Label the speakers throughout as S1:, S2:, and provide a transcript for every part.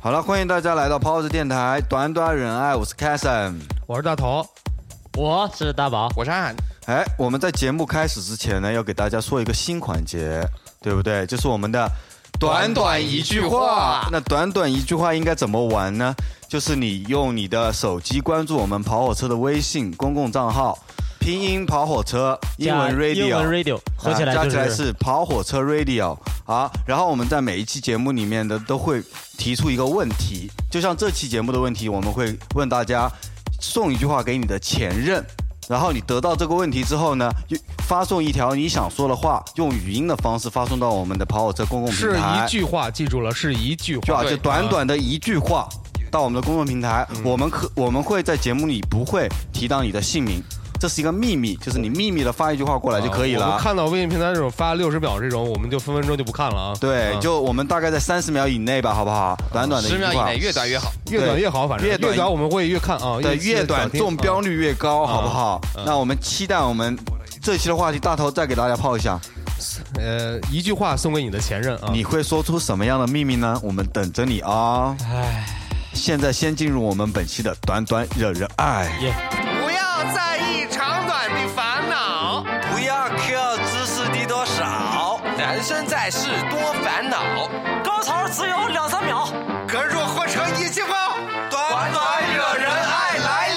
S1: 好了，欢迎大家来到泡子电台，短短忍爱，我是 Cason。
S2: 我是大头，
S3: 我是大宝，
S2: 我是安。
S1: 哎，我们在节目开始之前呢，要给大家说一个新环节，对不对？就是我们的
S2: 短短一句话
S1: 那短短一句话应该怎么玩呢？就是你用你的手机关注我们跑火车的微信公共账号，拼音跑火车，英文
S3: 加
S1: radio，
S3: 英文 radio 合起来
S1: 啊加
S3: 就
S1: 起来
S3: 是
S1: 是跑火车 Radio 啊。然后我们在每一期节目里面的都会提出一个问题，就像这期节目的问题，我们会问大家送一句话给你的前任。然后你得到这个问题之后呢，又发送一条你想说的话，用语音的方式发送到我们的跑火车公共平
S2: 是
S1: 台
S2: 一，句嗯话，记住了，是一句
S1: 就
S2: 话，
S1: 啊，就短短的一句话到我们的公众平台，
S2: 嗯
S1: 我们可我们会在节目里不会提到你的姓名，这是一个秘密，就是你秘密的发一句话过来就可以了
S2: 我
S1: 啊。
S2: 们看到微信平台这种发六十秒这种，我们就分分钟就不看了啊。
S1: 对，
S2: 嗯
S1: 就我们大概在三十秒以内吧，好不好？短短的一
S4: 十
S1: 句
S4: 秒以
S1: 话
S4: 内，，越短越好。
S2: 越短越好，反正
S1: 越短
S2: 我们会越看啊，
S1: 对，越短中标
S2: 率。
S1: 率越高，好不好？那我们期待我们这期的话题，大头再给大家泡一下，
S2: 呃，一句话送给你的前任啊，
S1: 你会说出什么样的秘密呢？我们等着你啊！
S3: 唉，
S1: 现在先进入我们本期的短短惹人爱，
S5: 不要在意长短的烦恼，不要 care 知识的多少，人生在世多烦恼，高潮只有两三秒，跟着火车一起跑，短短惹人爱来了。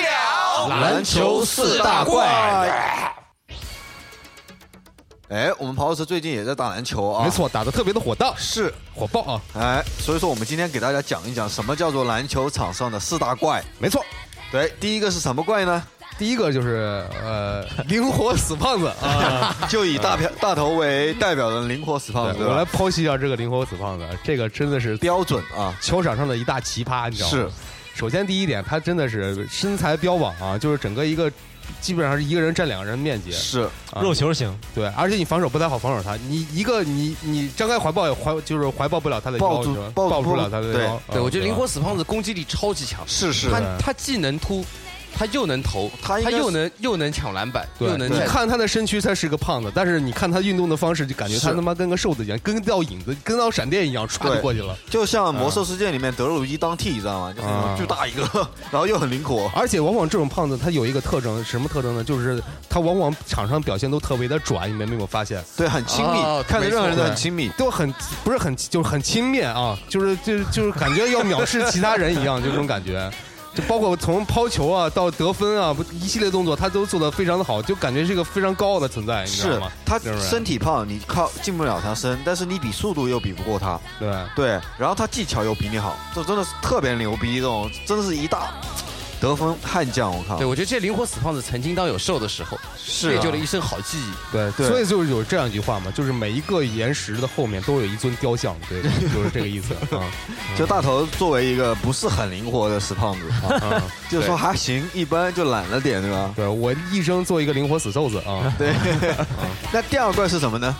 S1: 篮球四大怪。哎，我们跑火车最近也在打篮球啊，
S2: 没，错，打的特别的火爆，
S1: 是。
S2: 火爆啊，
S1: 哎，所以说我们今天给大家讲一讲什么叫做篮球场上的四大怪。
S2: 没错。
S1: 对，第一个是什么怪 呢？
S2: 第一个就是呃， 灵活死胖子啊，
S1: 就以大票大头为代表的灵活死胖子，
S2: 对我来剖析一下这个灵活死胖子，啊这个真的是
S1: 标准啊，
S2: 球场上的一大奇葩，你知道吗？
S1: 是。
S2: 首先第一点，他真的是身材标榜啊，就是整个一个基本上是一个人占两个人面积，
S1: 是
S2: 啊
S3: 肉球型，
S2: 对，而且你防守不太好防守他，你一个你你张开怀抱也怀就是怀抱不了他的腰，
S1: 抱住
S2: 你知道吗
S1: 抱住
S2: 抱不了他的
S1: 对
S2: 腰。啊
S4: 对，我觉得灵
S2: 吧
S4: 活死胖子攻击力超级强，
S1: 是是
S4: 他他既能突，他又能投，
S1: 他
S4: 他
S1: 应该是
S4: 又能又能抢篮板，
S2: 对
S4: 又，能
S2: 你
S4: 站。
S2: 看他的身躯，他是个胖子，但是你看他运动的方式，就感觉他
S1: 是
S2: 他妈跟个瘦子一样，跟道影子，跟道闪电一样，唰
S1: 对
S2: 就过去了。
S1: 就像魔兽世界里面德鲁伊当 T，你知道吗？就是那种
S2: 啊
S1: 巨大一个， 然后又很灵活，
S2: 而且往往这种胖子，他有一个特征，什么特征呢？就是他往往场上表现都特别的拽，你们有没有发现？
S1: 对，很亲密
S4: 哦，
S1: 看着
S4: 没错
S1: 让人很亲密。
S2: 都很不是很就是很轻蔑啊，就是就就是感觉要藐视其他人一样，就这种感觉。 就包括从抛球啊到得分啊，不一系列动作，他都做得非常的好，就感觉是一个非常高傲的存在，你知道
S1: 是
S2: 吗？
S1: 他
S2: 是不是
S1: 身体胖，你靠近不了他身，但是你比速度又比不过他，
S2: 对，
S1: 对，然后他技巧又比你好，这真的是特别牛逼，这种真的是一大得分悍将，我靠
S4: 对，，我觉得这灵活死胖子曾经当有瘦的时候，
S1: 是
S4: 练
S1: 啊
S4: 就了一身好技艺。
S2: 对
S1: 对
S2: 所以就是有这样一句话嘛，就是每一个岩石的后面都有一尊雕像，对，就是这 个意思啊。
S1: 就大头作为一个不是很灵活的死胖子，
S2: 啊
S1: 就说还行，一般就懒了点，对吧？
S2: 对我一生做一个灵活死瘦子啊，
S1: 对，那第二怪是什么呢？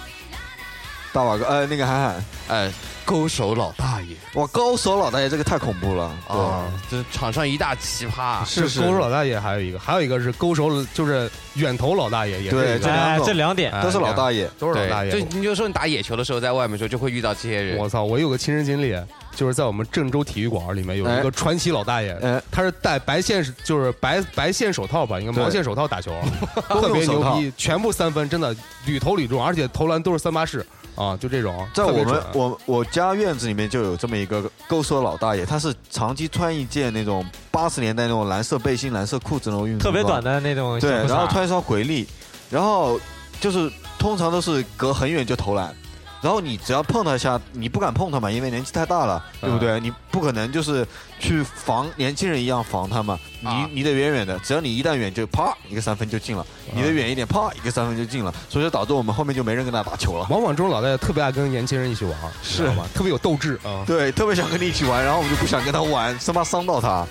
S1: 大瓦哥，呃，那个涵涵，
S4: 哎，勾手老大爷
S1: 哇，高手老大爷这个太恐怖了，
S4: 啊，这场上一大奇葩。
S1: 是是
S2: 勾手老大爷，还有一个，还有一个是勾手，就是远投老大爷，也是
S1: 对
S2: 一
S1: 这
S2: 个
S1: 两
S3: 哎
S1: 种，嗯
S3: 这两点，
S1: 都是老大爷，
S2: 都是老大爷，
S4: 对，就你就说你打野球的时候，在外面的时候就会遇到这些人
S2: 我。操！我有个亲身经历，就是在我们郑州体育馆里面有一
S1: 哎
S2: 个传奇老大爷，
S1: 哎
S2: 他是戴白线就是白白线手套吧，应该
S1: 对
S2: 毛线手套打球，啊
S1: 公
S2: 特
S1: 用
S2: 别
S1: 手
S2: 牛
S1: 套。
S2: 逼，全部三分，真的屡投屡中，而且投篮都是三八式啊，就这种。
S1: 在
S2: 特别
S1: 我们
S3: 啊
S2: 准
S1: 我我家院子里面就有这么一个勾手老大爷，他是长期穿一件那种八十年代那种蓝色背心、蓝色裤子那种运动，
S3: 特别短，的那种小啊
S1: 对，
S3: 裤衩
S1: 然后穿一双回力，然后就是通常都是隔很远就投篮，然后你只要碰他一下，你不敢碰他嘛，因为年纪太大了，对不
S3: 嗯
S1: 对？你不可能就是去防年轻人一样防他嘛，你、
S4: 啊
S1: 你得远远的，只要你一旦远就啪一个三分就进了，你
S3: 嗯
S1: 得远一点啪一个三分就进了，所以就导致我们后面就没人跟他打球了。
S2: 往往这种老大爷特别爱跟年轻人一起玩，
S1: 是
S2: 知道吗？特别有斗志啊。
S1: 对，特别想跟你一起玩，然后我们就不想跟他玩，生怕伤到他。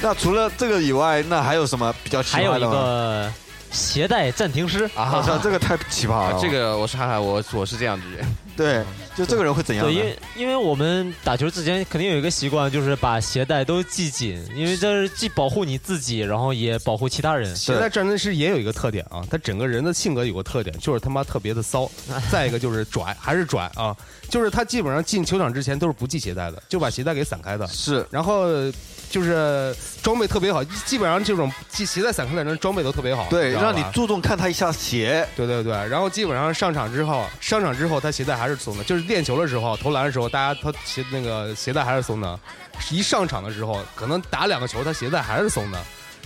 S1: 那除了这个以外，那还有什么比较奇
S3: 还有
S1: 葩
S3: 一
S1: 的吗？
S3: 个鞋带暂停师，
S1: 好像这个太奇葩
S4: 啊
S1: 了，
S4: 这个我是涵涵，我我是这样的人，
S1: 对，就这个人会怎样呢？
S3: 对，因为因为我们打球之前肯定有一个习惯，就是把鞋带都系紧，因为这是既保护你自己，然后也保护其他 人。
S2: 现在战争师也有一个特点啊，他整个人的性格有个特点，就是他妈特别 的骚。再一个就是拽，还是拽啊，就是他基本上进球场之前都是不系鞋带的，就把鞋带给散开的。
S1: 是
S2: 然后就是装备特别好，基本上这种系鞋带散开的人装备都特别好。
S1: 对，
S2: 知道
S1: 让
S2: 吧
S1: 你注重看他一下鞋，
S2: 对对对，然后基本上上场之后，上场之后他鞋带还是松的，就是练球的时候、投篮的时候，大家他鞋那个鞋带还是松的，一上场的时候可能打两个球，他鞋带还是松的。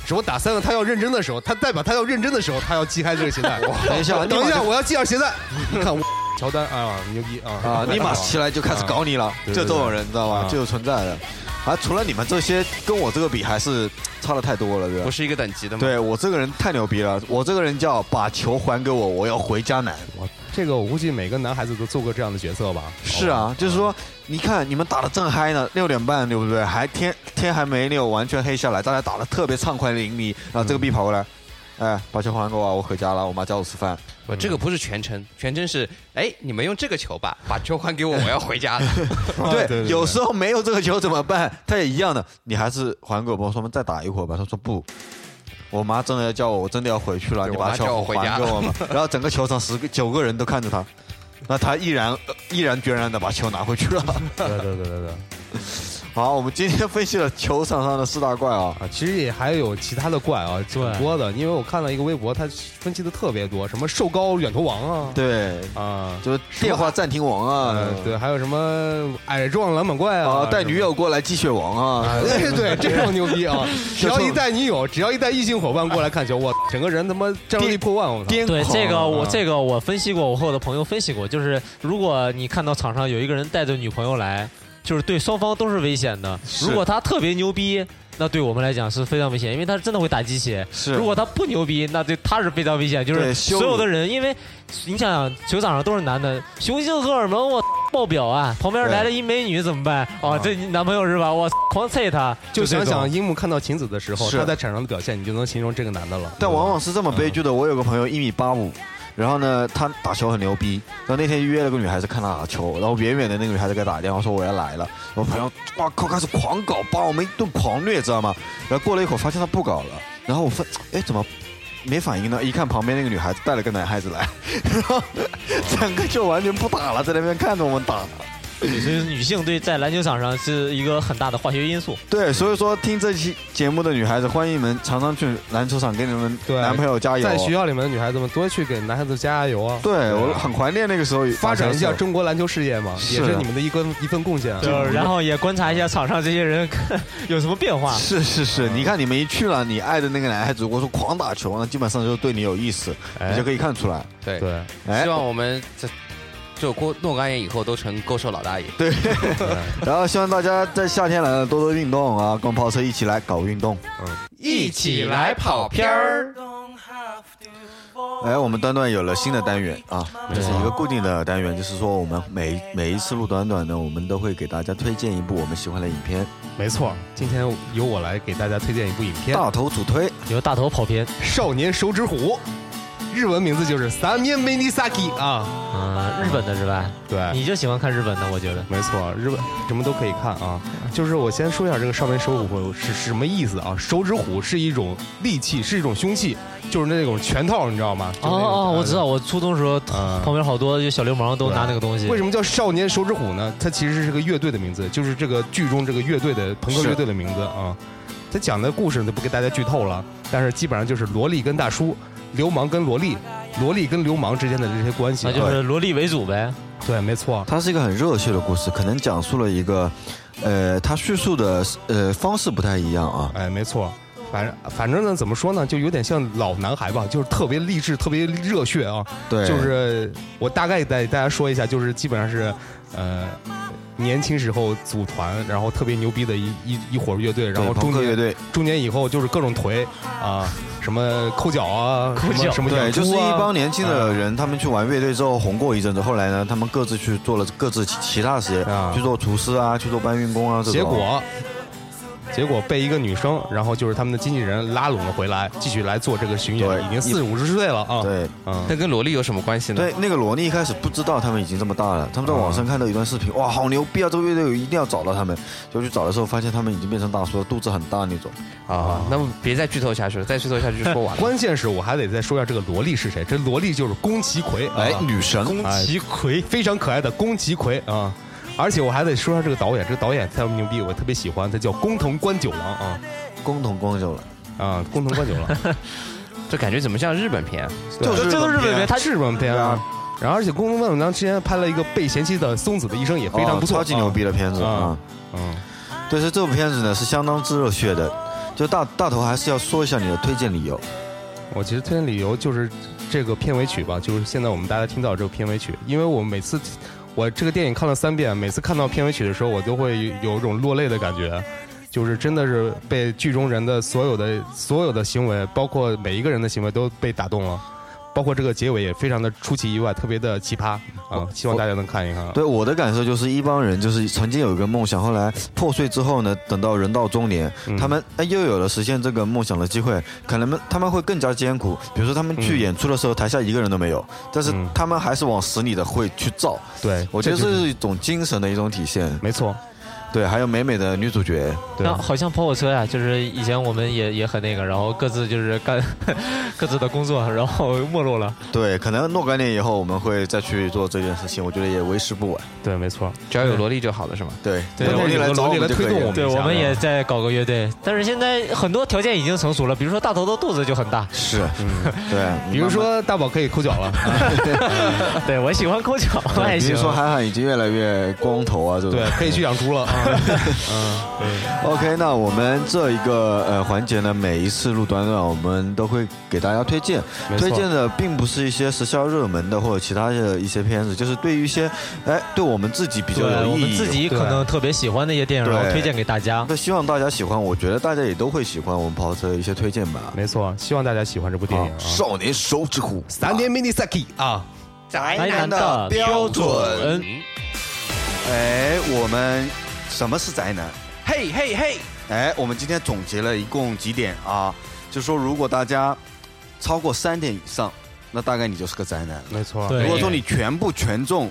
S2: 只不过打三个，他要认真的时候，他代表他要认真的时候，他要系开这个 鞋带。
S1: 等一下
S2: 等
S1: 立
S2: 一
S1: 马
S2: 下，
S1: 就
S2: 我要系上鞋带。你看，我 乔丹啊，牛逼
S1: 啊，
S2: 啊
S1: 立马起来就开始搞你了，就
S2: 对
S1: 这种人，你知道吗
S2: 啊？
S1: 就存在的。啊，除了你们这些，跟我这个比还是差的太多了，对吧
S4: 不？是一个等级的吗？，
S1: 对我这个人太牛逼了，我这个人叫把球还给我，我要回迦南。
S2: 这个我估计每个男孩子都做过这样的角色吧？
S1: 是
S4: 哦
S1: 啊，就是说，你看你们打的正嗨呢，六点半对不对？还天天还没有完全黑下来，大家打的特别畅快淋漓，然后这个 B 跑过来，
S4: 嗯
S1: 哎，把球还给我，我回家了，我妈叫我吃饭。
S4: 不，这个不是全称，全称是，哎，你们用这个球吧，把球还给我，我要回 家了。
S2: 好吧，
S1: 对，
S2: 对，
S1: 有时候没有这个球怎么办？他也一样的，你还是还给我吧。我说我们再打一会儿吧。他说不，我妈真的要叫我，我真的要回去了，
S4: 对
S1: 你
S4: 我
S1: 把
S4: 妈叫
S1: 球
S4: 我回
S1: 还
S4: 家
S1: 给我 吧。然后整个球场十个九个人都看着他，那他毅然呃毅然决然的把球拿回去了。
S2: 对对对对对对。
S1: 好，我们今天分析了球场上的四大怪啊，
S2: 啊，其实也还有其他的怪啊，挺
S3: 对
S2: 多的。因为我看到一个微博，他分析的特别多，什么瘦高远投王啊，
S1: 对，
S2: 啊，
S1: 就是电话暂停王啊
S2: 呃，，对，还有什么矮壮篮板怪啊
S1: 啊，，带女
S2: 友，
S1: 友过来鸡血王啊，
S2: 对对，这种牛逼 啊！只要一带女友，只要一带异性伙伴过来看 球，我整个人他妈战斗力破万，我操！
S1: 癫狂
S3: 对
S1: 啊。
S3: 这个我
S2: 啊
S3: 这个我分析过，我和我的朋友分析过，就是如果你看到场上有一个人带着女朋友来，就是对双方都是危险的。
S1: 是
S3: 如果他特别牛逼，那对我们来讲是非常危险，因为他真的会打鸡血。
S1: 是，
S3: 如果他不牛逼，那对他是非常危险，就
S1: 对
S3: 是
S1: 羞
S3: 所有的人，因为你想想，球场上都是男的，雄性荷尔蒙我爆表啊，旁边
S1: 对
S3: 来了一美女怎么办？哦
S2: 啊，
S3: 这你男朋友是吧？我狂啐他，
S2: 就
S3: 这
S2: 想想
S3: 种
S2: 樱木看到晴子的时候，
S1: 是
S2: 他在场上的表现，你就能形容这个男的了。
S1: 但往往是这么悲剧的。我有个朋友一米八
S2: 嗯
S1: 五，然后呢，他打球很牛逼。然后那天约了个女孩子看他打球，然后远远的那个女孩子给他打电话说我要来了。我朋友哇靠，开始狂搞，把我们一顿狂虐，知道吗？然后过了一会儿发现他不搞了，然后我分，哎怎么？没反应呢，一看旁边那个女孩子带了个男孩子来， 然后整个就完全不打了，在那边看着我们打。
S3: 所以女性对在篮球场上是一个很大的化学因素。
S1: 对，所以说听这期节目的女孩子，欢迎你们常常去篮球场给你们
S2: 对
S1: 男朋友加油。
S2: 在学校里面的女孩子们多去给男孩子加加油啊！
S1: 对我
S2: 啊
S1: 很怀念那个时候
S2: 发展
S1: 打球
S2: 一下
S1: 的时候
S2: 中国篮球事业嘛，
S1: 是
S2: 也是
S1: 啊
S2: 你们的一根一份贡献啊。
S3: 就是，然后也观察一下场上这些人 有什么变化。
S1: 是是是，你看你们一去了，你爱的那个男孩子，如果说狂打球，啊那基本上就对你有意思，
S2: 哎
S1: 你就可以看出来。
S4: 对，
S2: 对，
S1: 哎
S4: 希，望我们这就过若干年以后都成勾手老大爷。
S1: 然后希望大家在夏天来了多多运动啊，跟跑车一起来搞运动。
S4: 一起来跑偏儿。
S1: 哎，我们短短有了新的单元啊，这是一个固定的单元，就是说我们每每一次录短短呢，我们都会给大家推荐一部我们喜欢的影片，
S2: 没错，今天由我来给大家推荐一部影片《
S1: 大头主推。
S3: 有大头跑偏，
S2: 少年手指虎》，日文名字就是《三面梅尼萨基》啊。
S3: 嗯，日本的是吧？
S2: 对，
S3: 你就喜欢看日本的，我觉得。
S2: 没错，日本什么都可以看啊。就是我先说一下这个少年手指虎是是什么意思啊？手指虎是一种利器，是一种凶器，就是那种拳套，你知道吗？就
S3: 哦
S2: 是那种
S3: 哦，我知道，。我初中时候
S2: 啊
S3: 旁边好多小流氓都拿那个东西。
S2: 为什么叫少年手指虎呢？它其实是个乐队的名字，就是这个剧中这个乐队的朋克
S1: 是
S2: 乐队的名字啊。它讲的故事就不给大家剧透了，但是基本上就是萝莉跟大叔，流氓跟萝莉，萝莉跟流氓之间的这些关系、啊。
S3: 那就是萝莉为主呗。
S2: 对，没错，
S1: 它是一个很热血的故事，可能讲述了一个，呃，它叙述的呃方式不太一样啊。
S2: 哎，没错。反正反正呢，怎么说呢，就有点像老男孩吧，就是特别励志，特别热血啊。
S1: 对，
S2: 就是我大概带大家说一下，就是基本上是，呃，年轻时候组团，然后特别牛逼的一一一伙乐队，然后
S1: 对
S2: 中
S1: 朋克
S2: 年
S1: 乐队。
S2: 中年以后就是各种颓啊，什么抠脚啊，
S3: 抠
S2: 什
S3: 脚
S2: 么什么
S1: 对，
S2: 养猪
S1: 就是
S2: 啊嗯
S1: 一帮年轻的人，他们去玩乐队之后红过一阵子，后来呢，他们各自去做了各自其其他的事业
S2: 啊，
S1: 去做厨师啊，去做搬运工啊，这种。
S2: 结果结果被一个女生，然后就是他们的经纪人拉拢了回来，继续来做这个巡
S1: 对
S2: 演，已经四五十岁了啊。
S1: 对
S2: 嗯，
S4: 那跟萝莉有什么关系呢？
S1: 对，那个罗尼一开始不知道他们已经这么大了，他们在网上看到一段视频，哇，好牛逼啊！这个乐队我一定要找到他们。就去找的时候，发现他们已经变成大叔了，肚子很大那种。
S4: 啊，那么别再剧透下去了，再剧透下去就说完了。
S2: 关键是我还得再说一下这个萝莉是谁，这萝莉就是宫崎葵，啊
S1: 哎，女神，
S2: 哎
S3: 齐葵
S2: 非常可爱的宫崎葵啊。而且我还得说一下这个导演，这个导演太牛逼，我特别喜欢，他叫工藤官九郎啊
S1: 共同光久了，
S2: 啊，工藤官九郎。
S4: 这感觉怎么像日本片啊？
S1: 就
S3: 这都是日本片，他
S2: 是日本片啊。然后，而且宫藤官九郎之前拍了一个被嫌弃的松子的一生，也哎非常不
S1: 哦
S2: 错，
S1: 超级牛逼的片子啊
S2: 啊！嗯。
S1: 但是这部片子呢是相当之热血的，就大大头还是要说一下你的推荐理由。
S2: 嗯，我其实推荐理由就是这个片尾曲吧，就是现在我们大家听到这个片尾曲，因为我每次我这个电影看了三遍，每次看到片尾曲的时候，我都会有一种落泪的感觉。就是真的是被剧中人的所有的所有的行为，包括每一个人的行为都被打动了，包括这个结尾也非常的出其意外，特别的奇葩啊！希望大家能看一看。啊。
S1: 对我的感受就是，一帮人就是曾经有一个梦想，后来破碎之后呢，等到人到中年，
S2: 嗯
S1: 他们哎又有了实现这个梦想的机会，可能他们会更加艰苦。比如说他们去
S2: 嗯
S1: 演出的时候，台下一个人都没有，但是
S2: 嗯
S1: 他们还是往死里的会去造。
S2: 对，
S1: 我觉得
S2: 就
S1: 这
S2: 是
S1: 是一种精神的一种体现。
S2: 没错。
S1: 对，还有美美的女主角，
S2: 对
S3: 那好像跑火车呀、就是以前我们也也很那个，然后各自就是干 各自的工作，然后没落 了。
S1: 对，可能若干年以后我们会再去做这件事情，我觉得也为时不晚。
S2: 对，没错。
S4: 只要有萝莉就好了，是吗？
S1: 对，
S2: 对
S1: 有
S2: 我
S1: 力
S2: 有
S1: 来
S2: 个
S1: 找
S2: 萝莉
S1: 们
S2: 来
S1: 就可以
S2: 推动
S1: 了
S2: 我们
S3: 对，我们
S2: 一下
S3: 也在搞个乐队，但是现在很多条件已经成熟了，比如说大头的肚子就很大。
S1: 是， 对，
S2: 比如说大宝可以抠脚了，
S3: 对我喜欢抠脚，
S1: 慢慢，
S3: 还
S1: 比
S3: 行
S1: 如。说韩寒已经越来越光头啊，这种。
S2: 对，可以去养猪了。嗯，对
S1: OK，那我们这一个呃环节呢，每一次录短短，我们都会给大家推荐，
S2: 没错
S1: 推荐的并不是一些时效热门的或者其他的一些片子，就是对于一些哎对我们自己比较
S3: 对，
S1: 有
S3: 我
S1: 意
S3: 们
S1: 义。
S3: 自己可能特别喜欢的一些电影，然后
S1: 对
S3: 推荐给大家。
S1: 那希望大家喜欢，我觉得大家也都会喜欢我们跑车的一些推荐吧。
S2: 没错。希望大家喜欢这部电影啊。
S1: 少年手指虎，
S2: 三年 mini saki 啊，
S4: 宅
S3: 宅男的标准。
S1: 哎，我们什么是宅男？
S4: 嘿嘿嘿，
S1: 哎，我们今天总结了一共几点啊？就说如果大家超过三点以上，那大概你就是个宅男。
S2: 没错。
S3: 对
S1: 如果说你全部全中，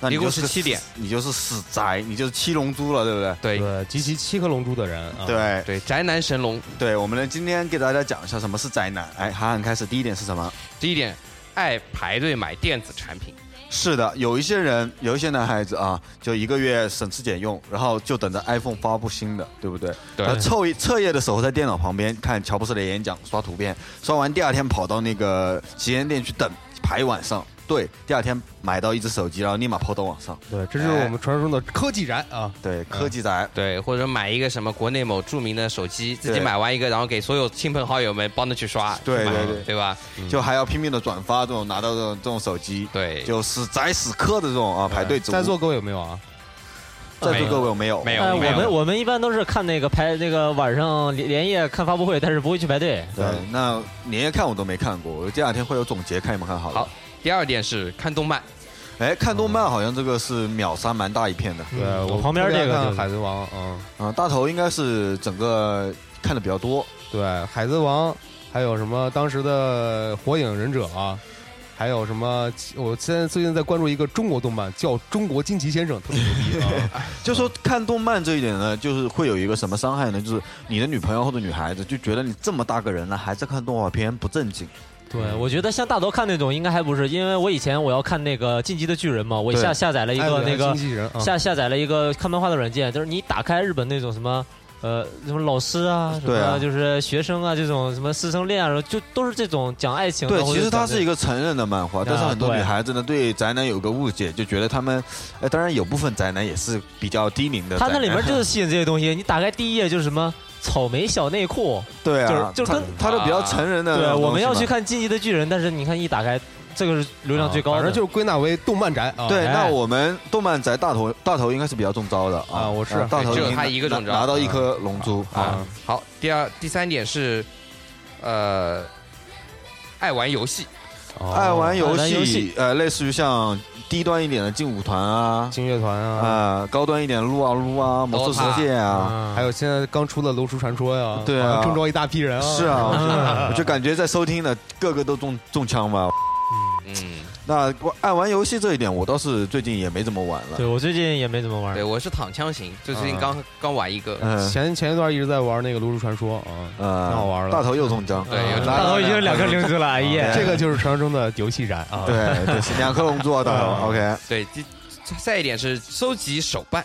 S1: 那你
S4: 一共
S1: 就是
S4: 是七点，
S1: 你就是死宅，你就是七龙珠了，对不对？
S4: 对
S2: 对，集齐七颗龙珠的人啊。
S1: 对
S4: 对，宅男神龙
S1: 对，我们呢今天给大家讲一下什么是宅男。哎，韩寒开始，第一点是什么？
S4: 第一点，爱排队买电子产品。
S1: 是的，有一些人，有一些男孩子啊，就一个月省吃俭用，然后就等着 iPhone 发布新的，对不对？
S4: 对
S1: 他彻夜呃彻夜的守候在电脑旁边看乔布斯的演讲，刷图片，刷完第二天跑到那个旗舰店去等排一晚上。对，第二天买到一只手机，然后立马抛到网上。
S2: 对，这就是我们传说中的科技宅啊。
S1: 对，
S4: 嗯
S1: 科技宅。
S4: 对，或者买一个什么国内某著名的手机，自己
S1: 对
S4: 买完一个，然后给所有亲朋好友们帮着去刷，
S1: 对
S4: 去买
S1: 对对
S4: 对吧？
S1: 就还要拼命的转发这种拿到这种这种手机，
S4: 对
S1: 就死宅死磕的这种啊排队族。
S2: 在座各位有没有啊？
S1: 在
S4: 嗯没
S1: 座
S4: 有
S1: 各位有没有？
S4: 没有
S3: 呃，我们我们一般都是看那个排那个晚上连连夜看发布会，但是不会去排队。
S1: 对，
S4: 嗯
S1: 那连夜看我都没看过，我这两天会有总结，看你们看好了。
S4: 好，第二点是看动漫，
S1: 哎，看动漫好像这个是秒杀蛮大一片的
S3: 嗯
S2: 对
S3: 我旁边
S2: 特别
S3: 这个
S2: 爱看
S3: 就是
S2: 海贼王，嗯，
S1: 啊，大头应该是整个看的比较多。
S2: 对，海贼王，还有什么当时的火影忍者啊，还有什么？我现在最近在关注一个中国动漫，叫《中国惊奇先生》，特别牛逼啊。
S1: 就说看动漫这一点呢，就是会有一个什么伤害呢？就是你的女朋友或者女孩子就觉得你这么大个人了，还在看动画片，不正经。
S3: 对，我觉得像大头看那种应该还不是，因为我以前我要看那个《进击的巨人》嘛，我
S1: 哎对
S3: 下下载了一
S2: 爱
S3: 个
S2: 我的
S3: 那个
S2: 经纪人
S1: 嗯
S2: 啊，
S3: 下下载了一个看漫画的软件，就是你打开日本那种什么。呃，什么老师啊，什么
S1: 对啊
S3: 就是学生啊，这种什么师生恋啊，就都是这种讲爱情的。
S1: 对，
S3: 或者
S1: 其实它
S3: 讲这
S1: 是一个成人的漫画，但是
S3: 啊
S1: 很多
S3: 对
S1: 女孩子呢对宅男有个误解，就觉得他们，呃，当然有部分宅男也是比较低龄的宅
S3: 它
S1: 男。
S3: 那 里面就是吸引这些东西。你打开第一页就是什么草莓小内裤，
S1: 对啊，
S3: 就是就是
S1: 他都比较成人的那
S3: 对，
S1: 种啊东西嘛。
S3: 我们要去看《进击的巨人》，但是你看一打开，这个是流量最高
S2: 反
S3: 的，
S2: 正就是归纳为动漫宅啊。
S1: 对，
S3: 哎
S1: 那我们动漫宅大头大头应该是比较中招的啊，
S2: 啊我是
S1: 呃大头
S4: 只有
S1: 已经
S4: 他一个
S1: 拿
S4: 中招
S1: 拿到一颗龙珠啊
S2: 啊，
S4: 好，第二第三点是，呃，爱玩游戏，
S1: 爱玩游
S3: 啊爱玩游
S1: 戏
S3: 戏，
S1: 呃，类似于像低端一点的劲舞团啊，
S2: 劲乐团啊，
S1: 啊，高端一点撸啊撸啊，魔兽世界啊，
S2: 还 有现在刚出的《楼厨传说》呀，
S1: 对啊
S2: 好像征召一大批人啊，
S1: 是啊，我 就我就感觉在收听的个个都中中枪吧。
S4: 嗯，
S1: 那我爱玩游戏这一点，我倒是最近也没怎么玩了
S3: 对。我最近也没怎么玩
S4: 对，，
S1: 啊
S4: 我是躺枪型，就最近刚刚玩一个，
S1: 嗯，
S2: 前前一段一直在玩那个《炉石传说》啊，
S1: 呃，
S2: 挺好玩的
S1: 大头又中枪，
S4: 对有
S3: 嗯大头已经有两颗灵珠了，哎
S1: 对
S3: 呀，
S2: 这个就是传说中的游戏宅啊。
S1: 对对，是两颗龙珠啊，大
S2: 嗯
S1: 头。OK，
S4: 对，第再一点是收集手办，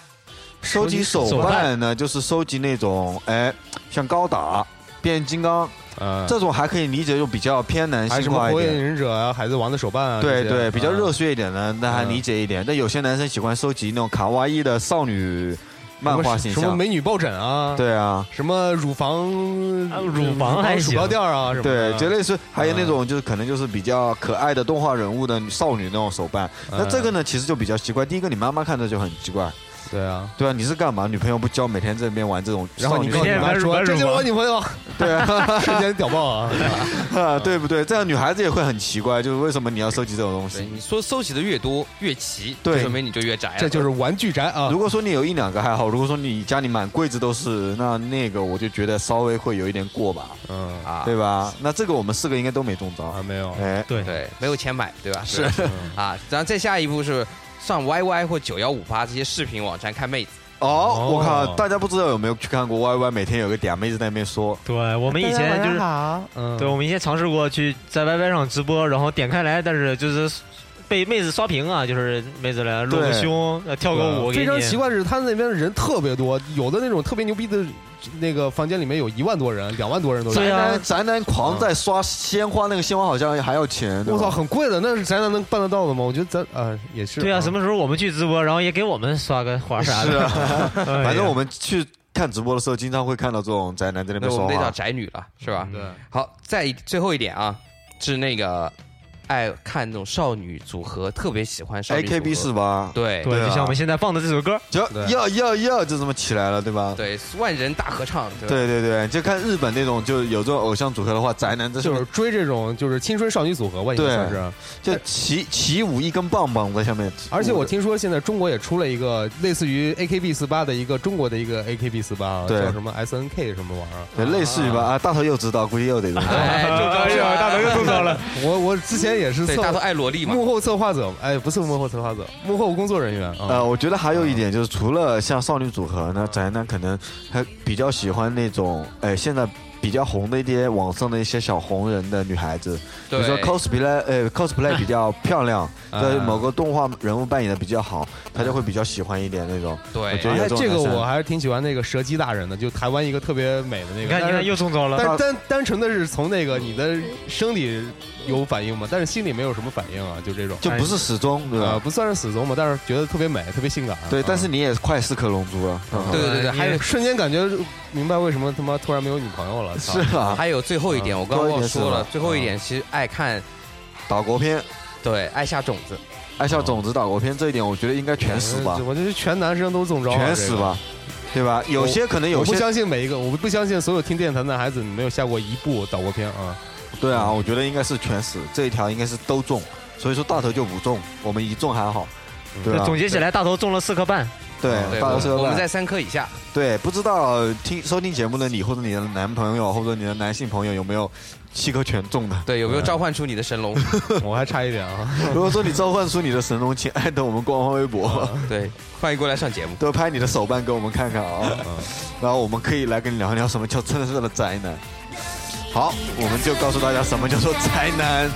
S1: 收集手
S3: 手
S1: 办
S3: 办
S1: 呢，就是收集那种哎，像高达、变形金刚
S2: 嗯，
S1: 这种，还可以理解，就比较偏男
S2: 还有
S1: 性
S2: 什么
S1: 化
S2: 《
S1: 一
S2: 火影
S1: 点。
S2: 忍者》啊，《海贼王》的手办啊，
S1: 对
S2: 这些
S1: 对，比较。热
S2: 嗯
S1: 血一点的，那还理解一点。但有些男生喜欢收集那种卡哇伊的少女漫画形
S2: 什么
S1: 象。
S2: 美女抱枕啊，，
S1: 对啊，
S2: 什么乳房
S3: 啊乳房还行
S2: 鼠标垫儿啊，什么的
S1: 对，就类似还有那种就是可能就是比较可爱的动画人物的少女那种手办。那这个呢，其实就比较奇怪。第一个，你妈妈看着就很奇怪，
S2: 对啊。
S1: 对啊，你是干嘛？女朋友不教，每天在那边玩这种
S2: 然后
S1: 少
S2: 你
S1: 女
S2: 告诉你妈
S3: 每天
S2: 说，
S3: 玩
S2: 这就
S3: 乳
S2: 是
S3: 房
S2: 我女朋友，
S1: 对啊，
S2: 瞬间屌爆 啊！
S1: 啊对不对？这样女孩子也会很奇怪，就是为什么你要收集这种东
S4: 对，
S1: 西？
S4: 你说收集的越多越齐，
S1: 嗯对
S4: 就说明你就越宅了，
S2: 这就是玩具宅啊
S1: 如！果说你有一两个还好，如果说你家里满柜子都是，那那个我就觉得稍微会有一点过吧，
S2: 嗯
S4: 啊，
S1: 对吧？那这个我们四个应该都没中招
S2: 啊，。没有，
S1: 哎，
S3: 对
S4: 对，没有钱买，对吧？
S1: 是
S2: 嗯
S4: 啊，然后再下一步是上 YY 或九幺五八这些视频网站看妹子，
S1: 哦，我靠，大家不知道有没有去看过 YY？每天有个嗲妹子在那边说，
S3: 对，我们以前就是，
S2: 嗯，
S3: 对，我们以前尝试过去在 YY 上直播，然后点开来，但是就是被妹子刷屏啊，就是妹子来露个
S1: 对
S3: 胸，呃跳个舞，
S2: 非常奇。怪的是，他那边的人特别多，有的那种特别牛逼的，那个房间里面有一万多人、两万多人都有。
S3: 对
S1: 宅
S3: 啊
S1: 男宅男狂在刷鲜花，那个鲜花好像还要钱。对
S2: 我
S1: 吧
S2: 操，很贵的，那是咱能办得到的吗？我觉得咱啊也是。
S3: 对啊，什么时候我们去直播，然后也给我们刷个花啥
S1: 是
S3: 的？哎
S1: 啊，
S3: 反
S1: 反正我们去看直播的时候，经常会看到这种宅男在那
S4: 那
S1: 边
S4: 我
S1: 说
S4: 们得叫
S1: 话。嗯
S4: 宅女了，是吧？
S2: 对，
S4: 好，再一最后一点啊，是那个爱看那种少女组合，特别喜欢少女
S1: A K B
S4: 四
S1: 四八，
S4: 对
S1: 对
S3: 对，
S1: 啊
S3: 就像我们现在放的这首歌，
S1: 就
S2: 对
S1: 要要要就这么起来了，对吧？
S4: 对万人大合唱，对吧
S1: 对对对，就看日本那种，就有这种偶像组合的话，宅男真
S2: 就是是追这种就是青春少女组合吧，应该
S1: 对
S2: 算是。
S1: 就起起舞一根棒棒在下面。
S2: 而且我，听说现在中国也出了一个类似于 AKB 四八的一个中国的一个 AKB 四八，
S1: 对
S2: 啊叫什么 SNK 什么玩意儿。
S1: 对，类似于吧啊，大头又知道，估计又得用。
S4: 哎，就
S3: 哎
S4: 是
S3: 呀，大头又中招了。
S2: 我我之前也是
S4: 对
S2: 策
S4: 大头爱萝莉嘛，
S1: 嗯
S2: 幕后策划者，哎，不是幕后策划者，幕后工作人员啊
S1: 呃，。我觉得还有一点就是，除了像少女组合呢，宅男可能还比较喜欢那种，哎，现在比较红的一些网上的一些小红人的女孩子，比如
S4: 对
S1: 说 cosplay，呃，cosplay 比较漂亮，
S2: 啊
S1: 在某个动画人物扮演的比较好，他就会比较喜欢一点那种。我觉
S4: 对
S1: 得有
S2: 哎，
S1: 这种
S2: 这个
S1: 男生
S2: 我还是挺喜欢那个蛇姬大人的，就台湾一个特别美的那个。
S3: 你看，你
S2: 但
S3: 看
S2: 是
S3: 又中招了。
S2: 哎但是单单纯的是从那个你的生理有反应嘛，但是心里没有什么反应啊，就这种，
S1: 就不是始终，对
S2: 呃
S1: 吧？
S2: 不算是死忠嘛，但是觉得特别美，特别性感啊。
S1: 对，
S2: 啊
S1: 但是你也快四颗龙珠了，
S4: 对对对对，
S3: 嗯
S4: 还 有
S2: 瞬间感觉明白为什么他妈突然没有女朋友了，操
S1: 是啊，
S4: 还有最后一点，我刚刚忘
S1: 多一点是
S4: 说了
S1: 吧，啊
S4: 最后一点其实爱看，
S1: 岛国片，
S4: 对，爱下种子，
S1: 爱笑种子岛国片这一点，我觉得应该全死吧，
S2: 我觉得全男生都中招啊，
S1: 全
S2: 这个
S1: 死吧，，对吧？有些可能有
S2: 我不
S1: 些，
S2: 相信每一个，我不相信所有听电台的孩子没有下过一部岛国片 啊。
S1: 对啊，我觉得应该是全死，这一条应该是都中，所以说大头就不中，我们一中还好，对啊吧
S3: 总？结起来，大头中了四颗半。
S1: 对，
S4: 对，
S1: 大头
S4: 我
S1: 是
S4: 我们在三颗以下，
S1: 对，不知道呃听收听节目的你或者你的男朋友或者你的男性朋友有没有七颗全中的？
S4: 对，有没有召唤出你的神龙？
S2: 我还差一点啊，
S1: 如果说你召唤出你的神龙，请艾特我们官方微博，
S4: 对，欢迎过来上节目。
S1: 多拍你的手办给我们看看啊，然后我们可以来跟你聊聊什么叫真正的宅男。好，我们就告诉大家什么叫做宅男。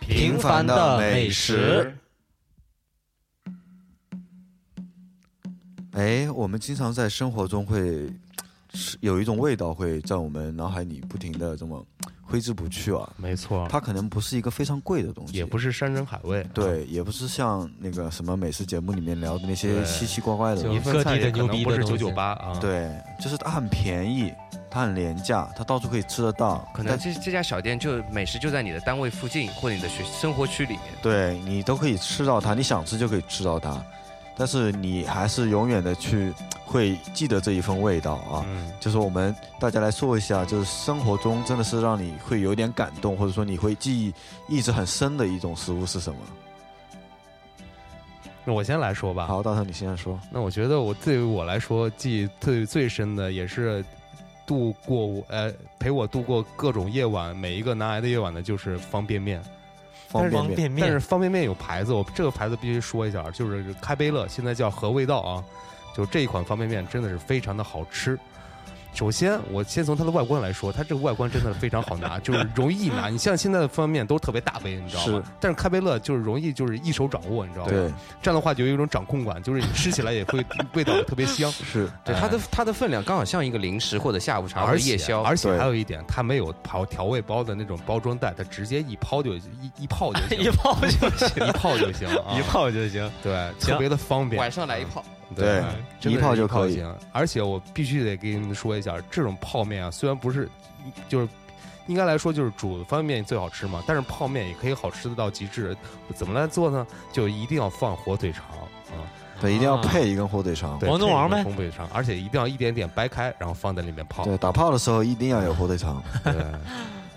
S3: 平凡的美食。
S1: 哎，我们经常在生活中会吃有一种味道会在我们脑海里不停的这么挥之不去啊。
S2: 没错，
S1: 它可能不是一个非常贵的东西，
S2: 也不是山珍海味，，
S1: 对，也不是像那个什么美食节目里面聊的那些
S2: 对
S1: 稀奇怪怪的东
S2: 一
S1: 西。
S2: 份菜也可能不是九九八啊，，
S1: 对，就是它很便宜，它很廉价，它到处可以吃得到。
S4: 可能
S1: 但
S4: 这这家小店就美食就在你的单位附近或者你的学生活区里面。
S1: 对你都可以吃到它，你想吃就可以吃到它，但是你还是永远的去会记得这一份味道啊。
S2: 嗯，
S1: 就是我们大家来说一下，就是生活中真的是让你会有点感动，或者说你会记忆一直很深的一种食物是什么？
S2: 那我先来说吧。
S1: 好，大头你先说。
S2: 那我觉得我对于我来说记忆最最深的也是度过我呃陪我度过各种夜晚，每一个难挨的夜晚的就是方便面。
S1: 方便面，
S3: 便
S2: 但是方便面有牌子，我这个牌子必须说一下，啊就是开杯乐，现在叫和味道啊。就这一款方便面真的是非常的好吃。首先，我先从它的外观来说，它这个外观真的非常 好拿，就是容易拿。你像现在的方便面都特别大杯，你知道吗
S1: 是？
S2: 但是开杯乐就是容易，就是一手掌握，你知道吗？
S1: 对，
S2: 这样的话就有一种掌控感，就是你吃起来也会 味道特别香。
S1: 是
S4: 对它的它的分量刚好像一个零食或者下午茶或者
S2: 而且
S4: 夜宵，
S2: 而且
S1: 对
S2: 还有一点，它没有刨调味包的那种包装袋，它直接一抛就一 一泡就
S3: 一
S2: 行，
S3: 泡就行，
S2: 一泡就行啊，
S3: 一泡就行。
S2: 对，
S3: 行
S2: 特别的方便。
S4: 晚上来一泡，
S1: 对
S2: 真的
S1: 一泡
S2: 是
S1: 就可以
S2: 行。而且我必须得给你们说一下，这种泡面啊，虽然不是，就是应该来说就是煮方便面最好吃嘛，但是泡面也可以好吃的到极致。怎么来做呢？就一定要放火腿肠啊，
S1: 对，一定要
S3: 啊
S1: 配一根火腿肠。
S2: 对
S3: 王中王呗
S2: 配一个火腿肠，而且一定要一点点掰开，然后放在里面泡。
S1: 对，打泡的时候一定要有火腿肠，
S2: 对，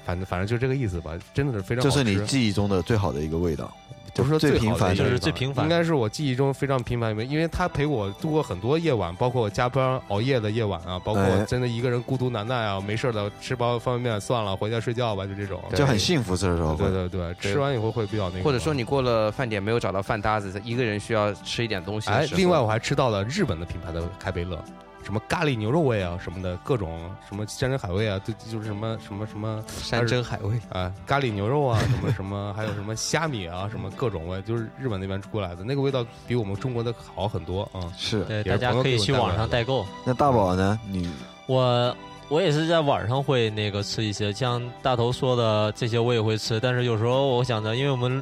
S2: 反正反正就这个意思吧，真的是非常
S1: 这
S2: 好
S1: 是
S2: 吃。
S1: 你记忆中的最好的一个味道，
S2: 不是说
S1: 最
S2: 最
S1: 平
S2: 好的
S1: 凡
S2: 一个
S3: 就是
S1: 味道
S3: 最平凡
S2: 应该是我记忆中非常频繁的，因为他陪我度过很多夜晚，包括我加班熬夜的夜晚啊，包括
S1: 哎
S2: 我真的一个人孤独难耐啊，没事儿的吃包方便面算了，回家睡觉吧，就这种。
S4: 对
S1: 就很幸福。这时候
S2: 对
S1: 会，
S2: 对对，吃完以后会比较那个。
S4: 或者说你过了饭点没有找到饭搭子，一个人需要吃一点东西的
S2: 哎，
S4: 时候
S2: 另外我还吃到了日本的品牌的开杯乐，什么咖喱牛肉味啊，什么的各种什么山珍海味啊，就就是什么什么什么
S4: 山珍海味，
S2: 啊，咖喱牛肉啊，什么什么，还有什么虾米啊，什么各种味，就是日本那边出来的那个味道，比我们中国的好很多啊。
S1: 是。
S3: 对，
S2: 也是
S3: 大家
S2: 朋友
S3: 可以
S2: 给我
S3: 去
S2: 带
S3: 网
S2: 来
S3: 上
S2: 的
S3: 代购。
S1: 那大宝呢？你
S3: 我我也是在晚上会那个吃一些，像大头说的这些我也会吃，但是有时候我想着，因为我们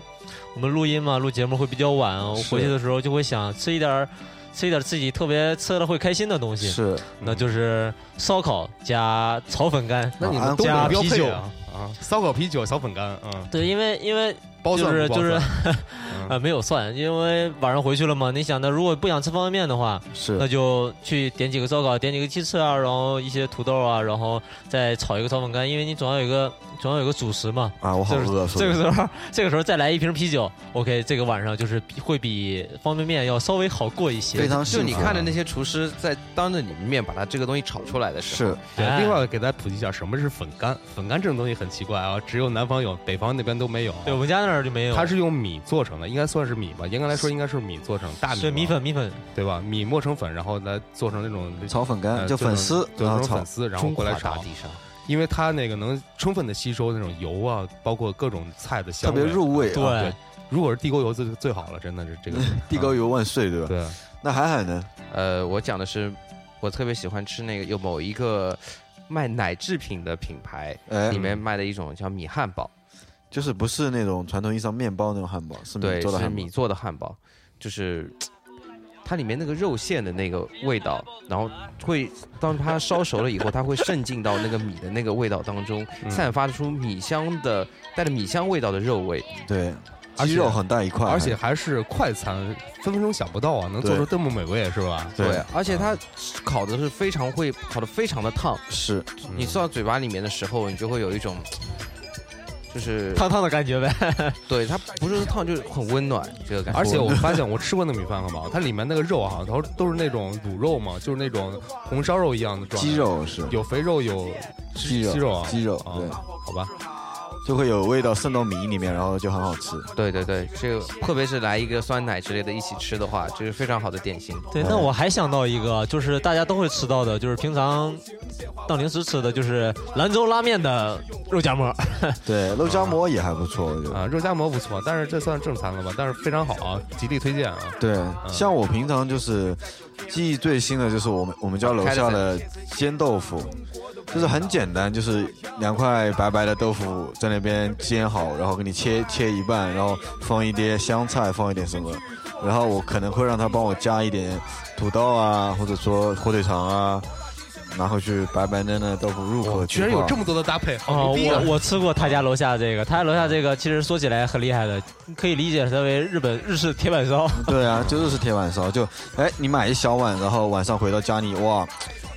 S3: 我们录音嘛，录节目会比较晚，我
S1: 是
S3: 回去的时候就会想吃一点儿吃一点儿自己特别吃了会开心的东西，
S1: 是
S3: 那就是烧烤加炒粉干。
S2: 嗯那你
S1: 啊
S2: 们东
S3: 加
S2: 北标
S3: 啤
S2: 配
S3: 酒
S2: 啊，啊烧烤、啤酒、小粉干，嗯，
S3: 对，因为因为
S2: 包
S3: 就
S2: 蒜
S3: 是
S2: 不包
S3: 就是
S2: 蒜 嗯
S3: 呃没有算，因为晚上回去了嘛。你想的，如果不想吃方便面的话，那
S1: 是
S3: 就去点几个烧烤，点几个鸡翅啊，然后一些土豆啊，然后再炒一个炒粉干，因为你总要有一个总要有个主食嘛。
S1: 啊，我好
S3: 就是
S1: 饿，说
S3: 这个
S1: 的
S3: 时候，这个时候再来一瓶啤酒，OK，这个晚上就是比会比方便面要稍微好过一些。
S1: 非常幸
S4: 就
S1: 福。啊
S4: 你看的那些厨师在当着你的面把它这个东西炒出来的时候，
S1: 是
S2: 对，
S3: 哎
S2: 另外给大家普及一下，什么是粉干？粉干这种东西很奇怪啊，只有南方有，北方那边都没有。啊
S3: 对我们家那儿就没有，
S2: 它是用米做成的，应该算是米吧？严格来说，应该是米做成大米，
S3: 是米，粉米粉，
S2: 对吧？米磨成粉，然后来做成那种
S1: 炒粉干，
S2: 呃
S1: 就
S2: 做成
S1: 粉丝，啊
S2: 做
S1: 然后
S2: 成
S1: 炒
S2: 粉，丝，然后
S4: 中
S2: 过来
S4: 国大
S2: 炒，
S4: 地上，
S2: 因为它那个能充分的吸收那种油啊，包括各种菜
S1: 特
S2: 的香味，
S1: 别入味。啊，
S3: 对，
S2: 如果是地沟油最最好了，真的是这个
S1: 地沟油万岁，对吧？
S2: 对，
S1: 那海海呢？
S4: 呃，我讲的是我特别喜欢吃那个有某一个卖奶制品的品牌
S1: 哎
S4: 里，面卖的一种叫米汉堡，
S1: 就是不是那种传统意义上面包那种汉堡，是米
S4: 对，
S1: 做的
S4: 是
S1: 汉堡
S4: 米。做的汉堡，就是它里面那个肉馅的那个味道，然后会当它烧熟了以后，它会渗进到那个米的那个味道当中，
S2: 嗯
S4: 散发出米香的带着米香味道的肉味。
S1: 对，
S2: 而
S1: 鸡
S2: 且
S1: 肉很大一块，
S2: 而且还是快餐，分分钟想不到啊，能做
S1: 对
S2: 出这么美味是吧？
S1: 对
S4: 而且它烤的是非常会，烤的非常的烫，
S1: 是
S2: 嗯
S4: 你送到嘴巴里面的时候，你就会有一种。就是
S3: 烫烫的感觉呗。
S4: 对它不是烫，就是很温暖这个感觉。
S2: 而且我发现我吃过那米饭汉堡，它里面那个肉啊，都都是那种卤肉嘛，就是那种红烧肉一样的状态
S1: 鸡，肉是
S2: 有肥肉有
S1: 鸡肉
S2: 鸡肉啊，
S1: 鸡肉
S2: 啊
S1: 对，
S2: 好吧，
S1: 就会有味道渗到米里面，然后就很好吃。
S4: 对对对，这个特别是来一个酸奶之类的一起吃的话，这是非常好的点心。
S3: 对，那我还想到一个，就是大家都会吃到的，就是平常当零食吃的，就是兰州拉面的肉夹馍。
S2: 哦
S1: 对，肉夹馍也还不错，我觉得。
S2: 啊，肉夹馍不错，但是这算正餐了吧？但是非常好啊，极力推荐啊。
S1: 对，像我平常就是记忆最新的就是我们我们家楼下的煎豆腐，就是很简单，就是两块白白的豆腐在那边煎好，然后给你切切一半，然后放一碟香菜，放一点什么，然后我可能会让他帮我加一点土豆啊，或者说火腿肠啊，拿回去白白嫩嫩的豆腐入口
S2: 居然有这么多的搭配，
S3: 啊，
S2: 好牛逼啊
S3: 我！我吃过他家楼下这个，他家楼下这个其实说起来很厉害的，可以理解它为日本日式铁板烧。
S1: 对啊，这就是铁板烧，就哎，你买一小碗，然后晚上回到家里，哇，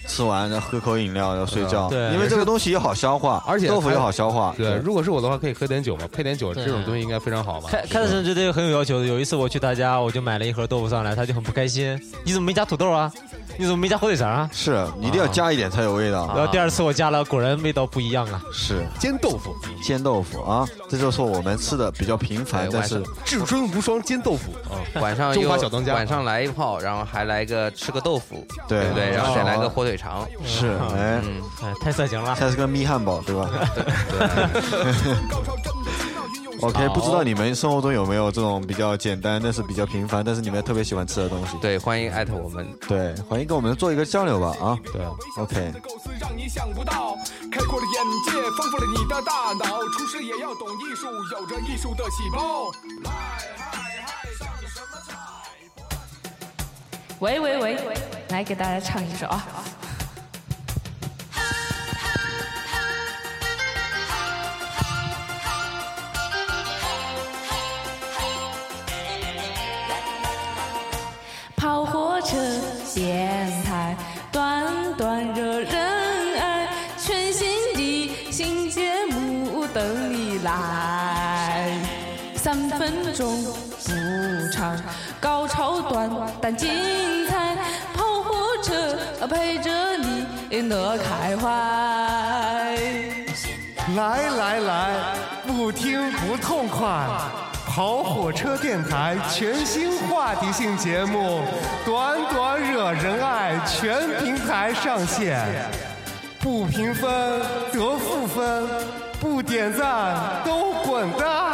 S1: 吃完然后喝口饮料，然后睡觉，
S3: 对
S1: 因为这个东西又好消化，
S2: 而且
S1: 豆腐
S2: 它
S1: 又好消化，
S2: 对，如果是我的话，可以喝点酒嘛，配点酒，
S3: 对
S2: 这种东西应该非常好吧？
S3: 开开始对这个很有要求的，有一次我去他家，我就买了一盒豆腐上来，他就很不开心，你怎么没加土豆啊？你怎么没加火腿肠啊？
S1: 是你一定要加一点才有味道，
S2: 啊
S3: 然后第二次我加了，果然味道不一样啊！
S1: 是
S2: 煎豆腐，
S1: 煎豆腐啊，这就是我们吃的比较频繁
S4: 哎，
S1: 但是
S2: 至尊无双煎豆腐啊！
S4: 晚上
S2: 中
S4: 又
S2: 华小当家
S4: 晚上来一炮，然后还来个吃个豆腐，
S1: 对
S4: 对不对？
S1: 嗯
S4: 然后再来
S2: 哦
S4: 个火腿肠，
S1: 是哎，
S4: 嗯，
S3: 哎，太色情了。
S1: 下次个蜜汉堡对 吧？OK，不知道你们生活中有没有这种比较简单，但是比较频繁，但是你们特别喜欢吃的东西？
S4: 对，欢迎艾特我们。
S1: 对，欢迎跟我们做一个交流吧啊！
S2: 对，
S1: OK
S6: 构思让你想不到，开阔了眼界，丰富了你的大脑。厨师也要懂艺术，有着艺术的细胞。
S7: 喂喂喂，来给大家唱一首啊！跑火车，电台，短短惹人爱，全新的新节目等你来。三分钟不长，高潮短但精彩，跑火车陪着你乐开怀。
S8: 来来来，不听不痛快。跑火车电台全新话题性节目，短短惹人爱，全平台上线。不评分得负分，不点赞都滚蛋。